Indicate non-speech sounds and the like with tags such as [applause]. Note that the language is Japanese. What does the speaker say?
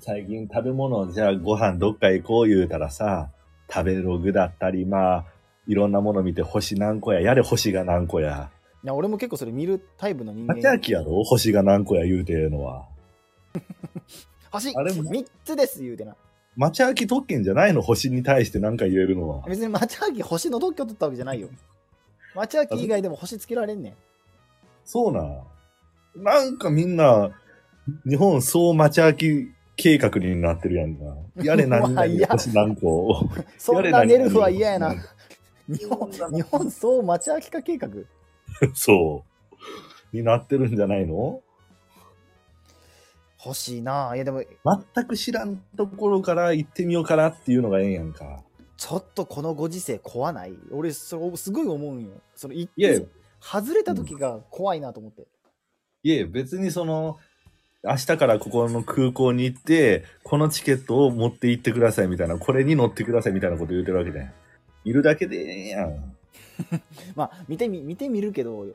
最近食べ物、じゃあご飯どっか行こう言うたらさ、食べログだったり、まあ、いろんなもの見て星何個や、やれ星が何個や。いや俺も結構それ見るタイプの人立間秋やろ星が何個や言うてるのは。星あれも3つです言うてな町秋特権じゃないの星に対して何か言えるのは。別に町秋星の特許取ったわけじゃないよ町秋以外でも星つけられんねんそうなん。なんかみんな、日本総町秋計画になってるやんか。やれ何うわ々嫌星何 [laughs] 個。そんなネルフは嫌やなやれ日本日本総町秋化計画そう。になってるんじゃないの欲しいないやでも全く知らんところから行ってみようかなっていうのがええんやんか。ちょっとこのご時世怖ない俺そうすごい思うんよそのいいやいや外れた時が怖いなと思って、いえ、別にその、明日からここの空港に行って、このチケットを持って行ってくださいみたいな、これに乗ってくださいみたいなこと言うてるわけで。いるだけでええやん。まあ見てみ見てみるけど